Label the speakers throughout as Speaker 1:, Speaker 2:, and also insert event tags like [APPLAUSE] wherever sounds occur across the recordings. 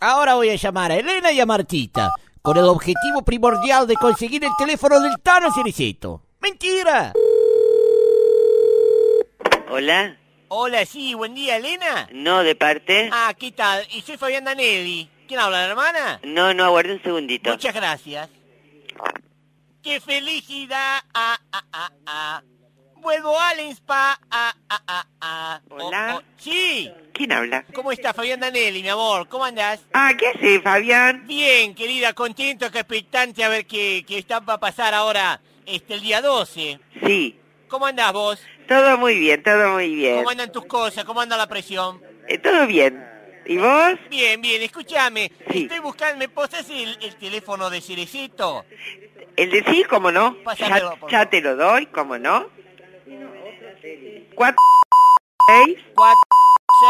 Speaker 1: Ahora voy a llamar a Elena y a Martita, con el objetivo primordial de conseguir el teléfono del Tano Cereceto. ¡Mentira!
Speaker 2: Hola.
Speaker 1: Hola, sí, buen día, Elena.
Speaker 2: No, de parte.
Speaker 1: Ah, ¿qué tal? Y soy Fabián Danelli. ¿Quién habla, la hermana?
Speaker 2: No, no, aguarde un segundito.
Speaker 1: Muchas gracias. ¡Qué felicidad! Ah, ah, ah, ah. Vuelvo al spa. Ah, ah, ah, ah. Oh,
Speaker 2: Hola.
Speaker 1: oh. Sí.
Speaker 2: ¿Quién habla?
Speaker 1: ¿Cómo estás, Fabián Danelli, mi amor? ¿Cómo andás?
Speaker 2: Ah, ¿qué hace, Fabián?
Speaker 1: Bien, querida, contento, que expectante a ver qué, qué está para pasar ahora este, el día 12.
Speaker 2: Sí,
Speaker 1: ¿Cómo andás vos?
Speaker 2: todo muy bien, todo muy bien.
Speaker 1: ¿Cómo andan tus cosas? ¿Cómo anda la presión?
Speaker 2: Eh, todo bien. ¿Y vos?
Speaker 1: Bien, bien, escúchame.
Speaker 2: Sí.
Speaker 1: Estoy buscando, ¿me posás el, el teléfono de Cerecito?
Speaker 2: El de sí, cómo no.
Speaker 1: Pásamelo,
Speaker 2: Ya,
Speaker 1: por
Speaker 2: ya
Speaker 1: favor.
Speaker 2: te lo doy, cómo no. Cuatro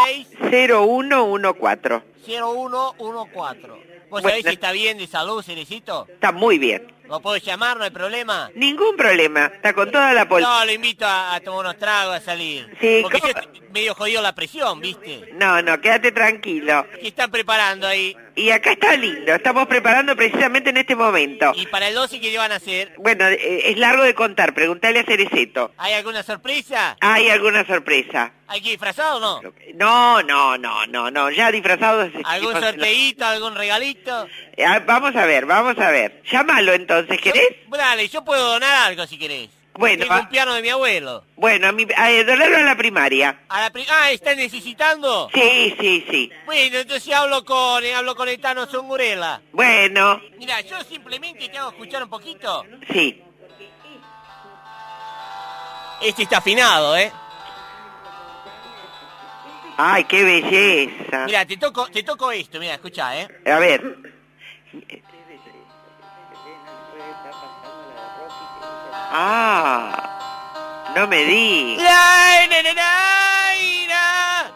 Speaker 2: seis cero uno uno cuatro.
Speaker 1: 460114. ¿Vos
Speaker 2: Bueno.
Speaker 1: sabés si está bien de salud, Cerecito?
Speaker 2: Está muy bien.
Speaker 1: ¿Lo puedo llamar? ¿No hay problema?
Speaker 2: Ningún problema. Está con toda la pol...
Speaker 1: No, lo invito a, a tomar unos tragos, a salir.
Speaker 2: Pues Sí,
Speaker 1: Porque
Speaker 2: ¿cómo?
Speaker 1: yo estoy medio jodido la presión, ¿viste?
Speaker 2: No, no, quédate tranquilo.
Speaker 1: ¿Qué están preparando ahí?
Speaker 2: Y acá está lindo. Estamos preparando precisamente en este momento.
Speaker 1: ¿Y para el 12 qué le van a hacer?
Speaker 2: Bueno, eh, es largo de contar. Preguntale a Cereceto.
Speaker 1: ¿Hay alguna sorpresa?
Speaker 2: ¿Hay alguna sorpresa?
Speaker 1: ¿Hay que ir disfrazado o no?
Speaker 2: No, no, no, no, no. Ya disfrazados.
Speaker 1: ¿Algún sorteíto, algún regalito?
Speaker 2: Eh, ah, Vamos a ver, vamos a ver. Llámalo entonces, ¿querés?
Speaker 1: Yo- dale, yo puedo donar algo si querés.
Speaker 2: Bueno,
Speaker 1: Tengo un
Speaker 2: va.
Speaker 1: piano de mi abuelo.
Speaker 2: Bueno, a mi, a, eh, donarlo a la primaria.
Speaker 1: A la pri- ah, ¿están necesitando?
Speaker 2: Sí, sí, sí.
Speaker 1: Bueno, entonces hablo con, eh, hablo con el Tano Zungurela.
Speaker 2: Bueno,
Speaker 1: Mira, yo simplemente te hago escuchar un poquito.
Speaker 2: sí.
Speaker 1: Este está afinado, ¿eh?
Speaker 2: Ah. Ay, qué belleza.
Speaker 1: Mira, te toco, te toco esto, mira, escucha, ¿eh?
Speaker 2: A ver. Ah, no me di.
Speaker 1: La, la, la, la, la.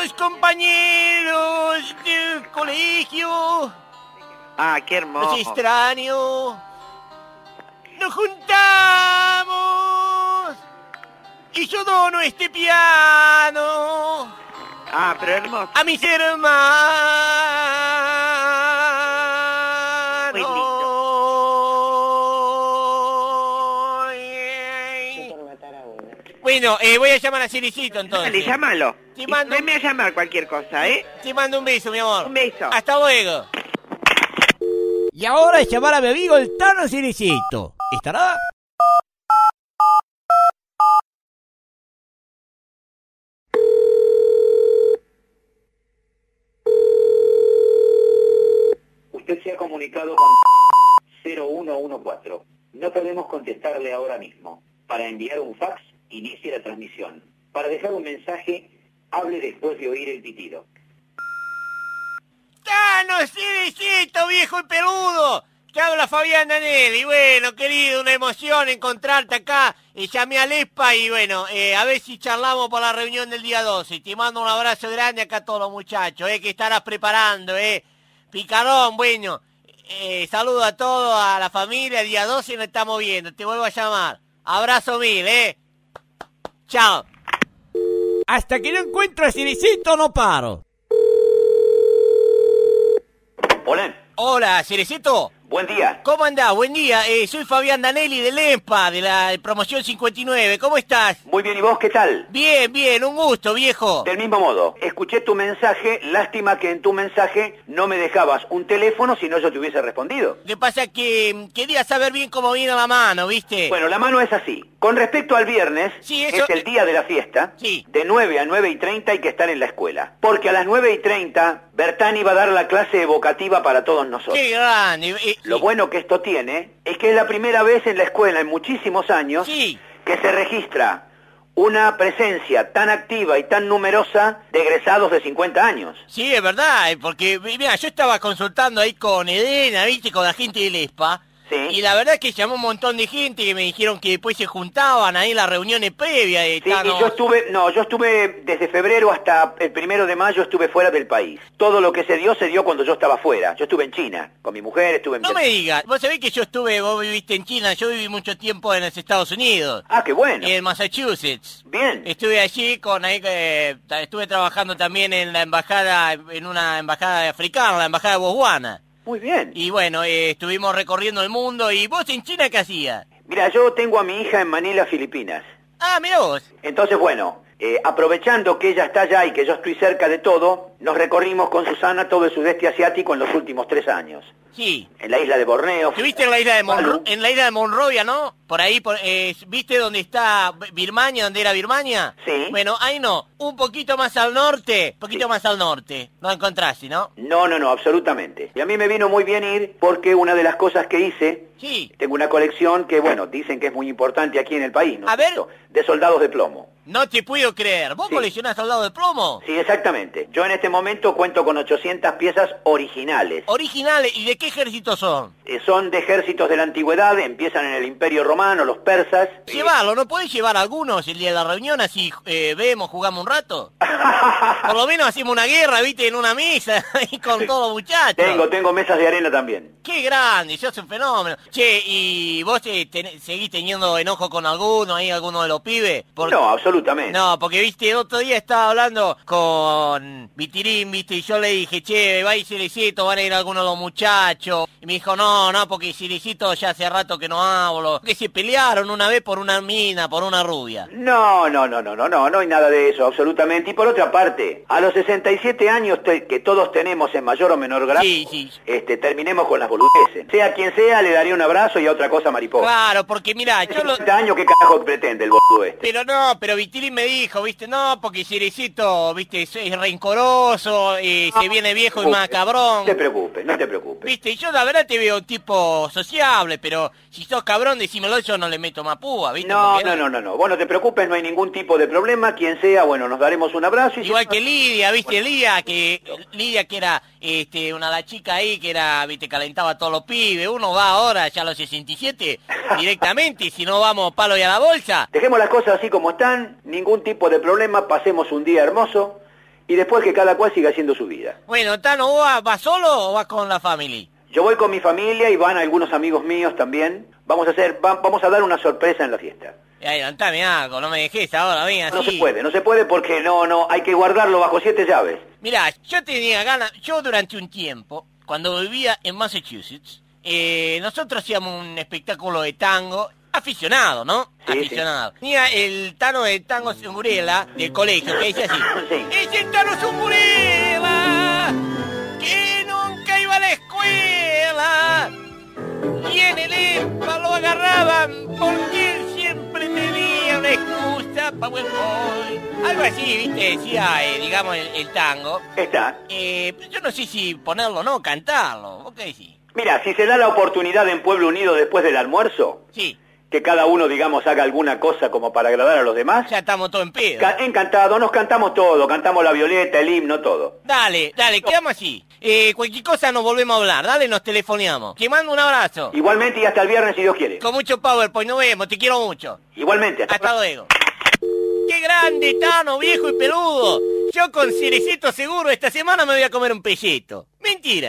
Speaker 1: Los compañeros del colegio
Speaker 2: Ah, qué
Speaker 1: los
Speaker 2: hermoso.
Speaker 1: extraño. Nos juntamos y yo dono este piano
Speaker 2: Ah, pero hermoso.
Speaker 1: a mis hermanos.
Speaker 2: Muy
Speaker 1: Bueno, eh, voy a llamar a Ciricito entonces.
Speaker 2: Dale, llámalo.
Speaker 1: Te
Speaker 2: Y
Speaker 1: mando-
Speaker 2: Venme a llamar cualquier cosa, ¿eh?
Speaker 1: Te mando un beso, mi amor.
Speaker 2: Un beso.
Speaker 1: Hasta luego. Y ahora es llamar a mi amigo el Tano Ciricito. ¿Estará?
Speaker 3: Usted se ha comunicado con 0114. No podemos contestarle ahora mismo. Para enviar un fax, inicie la transmisión. Para dejar un mensaje, hable después de oír el pitido.
Speaker 1: ¡Tano Ciricito, viejo y peludo! Te habla Fabián Danelli. Bueno, querido, una emoción encontrarte acá. Eh, llamé a Lespa y bueno, eh, a ver si charlamos para la reunión del día 12. Te mando un abrazo grande acá a todos los muchachos, eh, que estarás preparando, eh. Picarón, bueno. Eh, saludo a todos, a la familia. El día 12 nos estamos viendo. Te vuelvo a llamar. Abrazo mil, eh. Chao. Hasta que no encuentro a Ciricito no paro.
Speaker 3: Hola,
Speaker 1: Hola, Cerecito.
Speaker 3: buen día.
Speaker 1: ¿Cómo andás? Buen día. Eh, soy Fabián Danelli del EMPA, de la promoción 59. ¿Cómo estás?
Speaker 3: Muy bien, ¿y vos qué tal?
Speaker 1: Bien, bien. Un gusto, viejo.
Speaker 3: Del mismo modo, escuché tu mensaje, lástima que en tu mensaje no me dejabas un teléfono si no yo te hubiese respondido.
Speaker 1: Lo que pasa es que mm, quería saber bien cómo viene la mano, ¿viste?
Speaker 3: Bueno, la mano es así. Con respecto al viernes,
Speaker 1: Sí, eso-
Speaker 3: es el día de la fiesta,
Speaker 1: Sí.
Speaker 3: de 9 a 9 y 30 hay que estar en la escuela. Porque a las 9 y 30, Bertani va a dar la clase evocativa para todos nosotros.
Speaker 1: Qué grande. eh,
Speaker 3: Lo
Speaker 1: sí.
Speaker 3: bueno que esto tiene es que es la primera vez en la escuela en muchísimos años
Speaker 1: Sí.
Speaker 3: que se registra una presencia tan activa y tan numerosa de egresados de 50 años.
Speaker 1: Sí, es verdad, eh, porque mira, yo estaba consultando ahí con Edena, viste, con la gente del ESPA,
Speaker 2: Sí.
Speaker 1: Y la verdad es que llamó un montón de gente que me dijeron que después se juntaban ahí en las reuniones previas eh, de
Speaker 3: Sí,
Speaker 1: Tano.
Speaker 3: y yo estuve, no, yo estuve desde febrero hasta el primero de mayo estuve fuera del país. Todo lo que se dio se dio cuando yo estaba fuera. Yo estuve en China, con mi mujer, estuve en
Speaker 1: No me digas, vos sabés que yo estuve, vos viviste en China, yo viví mucho tiempo en los Estados Unidos,
Speaker 3: Ah, qué bueno.
Speaker 1: y en Massachusetts.
Speaker 3: Bien.
Speaker 1: Estuve allí con ahí que ta- estuve trabajando también en la embajada, en una embajada africana, la embajada de Botswana.
Speaker 3: Muy bien.
Speaker 1: Y bueno, eh, estuvimos recorriendo el mundo y vos en China qué hacías?
Speaker 3: Mira, yo tengo a mi hija en Manila, Filipinas.
Speaker 1: Ah, mira vos.
Speaker 3: Entonces, bueno, eh, aprovechando que ella está allá y que yo estoy cerca de todo, nos recorrimos con Susana todo el sudeste asiático en los últimos tres años.
Speaker 1: Sí.
Speaker 3: En la isla de Borneo.
Speaker 1: Estuviste en la isla de Monro-
Speaker 3: Palu.
Speaker 1: en la isla de Monrovia, ¿no? Por ahí, por- eh, ¿viste dónde está B- Birmania, dónde era Birmania?
Speaker 3: Sí.
Speaker 1: Bueno, ahí no, un poquito más al norte, poquito más al norte. No encontraste, ¿no?
Speaker 3: No, no, no, absolutamente. Y a mí me vino muy bien ir porque una de las cosas que hice,
Speaker 1: Sí.
Speaker 3: tengo una colección que, bueno, dicen que es muy importante aquí en el país, ¿no? es
Speaker 1: A ver.
Speaker 3: cierto? De soldados de plomo.
Speaker 1: No te puedo creer. ¿Vos
Speaker 3: Sí.
Speaker 1: coleccionás soldado de plomo?
Speaker 3: Sí, exactamente. Yo en este momento cuento con 800 piezas originales.
Speaker 1: Originales, ¿y de qué ejército son?
Speaker 3: Eh, son de ejércitos de la antigüedad, empiezan en el Imperio Romano, los persas.
Speaker 1: Llevalo, ¿no podés llevar algunos el día de la reunión así eh, vemos, jugamos un rato? Por lo menos hacemos una guerra, viste, en una mesa, [LAUGHS] ahí con todos los muchachos.
Speaker 3: Tengo, tengo mesas de arena también.
Speaker 1: Qué grande, sos un fenómeno. Che, ¿y vos eh, tenés- seguís teniendo enojo con alguno, ahí alguno de los pibes? Por-
Speaker 3: No, absolutamente.
Speaker 1: No, porque viste, el otro día estaba hablando con Vitirín, viste, y yo le dije, che, va a ir Cerecito, van a ir algunos de los muchachos. Y me dijo, no, no, porque Cerecito ya hace rato que no hablo. Que se pelearon una vez por una mina, por una rubia.
Speaker 3: No, no, no, no, no, no, no hay nada de eso, absolutamente. Y por otra parte, a los 67 años te- que todos tenemos en mayor o menor grado,
Speaker 1: Sí, sí.
Speaker 3: este, terminemos con las boludeces. Sea quien sea, le daría un abrazo y a otra cosa mariposa.
Speaker 1: Claro, porque mirá, yo lo...
Speaker 3: 60 años, ¿qué carajo pretende el boludo este?
Speaker 1: Pero no, pero Vitirín me dijo, viste, no, porque Cerecito, viste, es es rencoroso, eh, se viene viejo y más
Speaker 3: No te
Speaker 1: cabrón.
Speaker 3: preocupes, no te preocupes.
Speaker 1: Viste, yo la verdad te veo un tipo sociable, pero si sos cabrón, decímelo, yo no le meto más púa, viste.
Speaker 3: No,
Speaker 1: porque-
Speaker 3: no, no, no, no. Vos no te preocupes, no hay ningún tipo de problema. Quien sea, bueno, nos daremos un abrazo. Y si
Speaker 1: Igual
Speaker 3: [LAUGHS] no-
Speaker 1: que Lidia, viste, Lidia, que Lidia que era este, una la chica ahí que era, viste, calentaba a todos los pibes, uno va ahora ya a los
Speaker 3: [LAUGHS]
Speaker 1: 67 directamente, y si no vamos palo y a la bolsa.
Speaker 3: Dejemos las cosas así como están, ningún tipo de problema, pasemos un día hermoso y después que cada cual siga haciendo su vida.
Speaker 1: Bueno, Tano, ¿vos vas- vas solo o vas con la familia?
Speaker 3: Yo voy con mi familia y van algunos amigos míos también. Vamos a hacer, va- vamos a dar una sorpresa en la fiesta.
Speaker 1: Adelantame algo, no me dejes ahora, venga,
Speaker 3: No
Speaker 1: así.
Speaker 3: se puede, no se puede porque no, no, hay que guardarlo bajo siete llaves.
Speaker 1: Mirá, yo tenía ganas, yo durante un tiempo, cuando vivía en Massachusetts, eh, nosotros hacíamos un espectáculo de tango, aficionado, ¿no?
Speaker 3: Sí, sí.
Speaker 1: aficionado. Tenía el Tano de Tango Zungurela del colegio, que dice así.
Speaker 3: Sí.
Speaker 1: Es el Tano Zungurela, que nunca iba a la escuela. Y en el EMPA lo agarraban porque él siempre tenía una excusa para buen boy. Algo así, viste, decía, eh, digamos, el, el tango.
Speaker 3: Está.
Speaker 1: Eh, yo no sé si ponerlo o no, cantarlo. ¿Vos qué decís?
Speaker 3: Mira, si se da la oportunidad en Pueblo Unido después del almuerzo,
Speaker 1: Sí,
Speaker 3: que cada uno, digamos, haga alguna cosa como para agradar a los demás,
Speaker 1: ya estamos todos en pedo.
Speaker 3: ca- encantado, nos cantamos todo, cantamos la violeta, el himno, todo.
Speaker 1: Dale, dale, quedamos así. Eh, cualquier cosa nos volvemos a hablar, dale, nos telefoneamos. Te mando un abrazo.
Speaker 3: Igualmente y hasta el viernes si Dios quiere.
Speaker 1: Con mucho PowerPoint, nos vemos, te quiero mucho.
Speaker 3: Igualmente.
Speaker 1: Hasta luego. ¡Qué grande, Tano, viejo y peludo! Yo con cerecito seguro esta semana me voy a comer un pelleto. Mentira.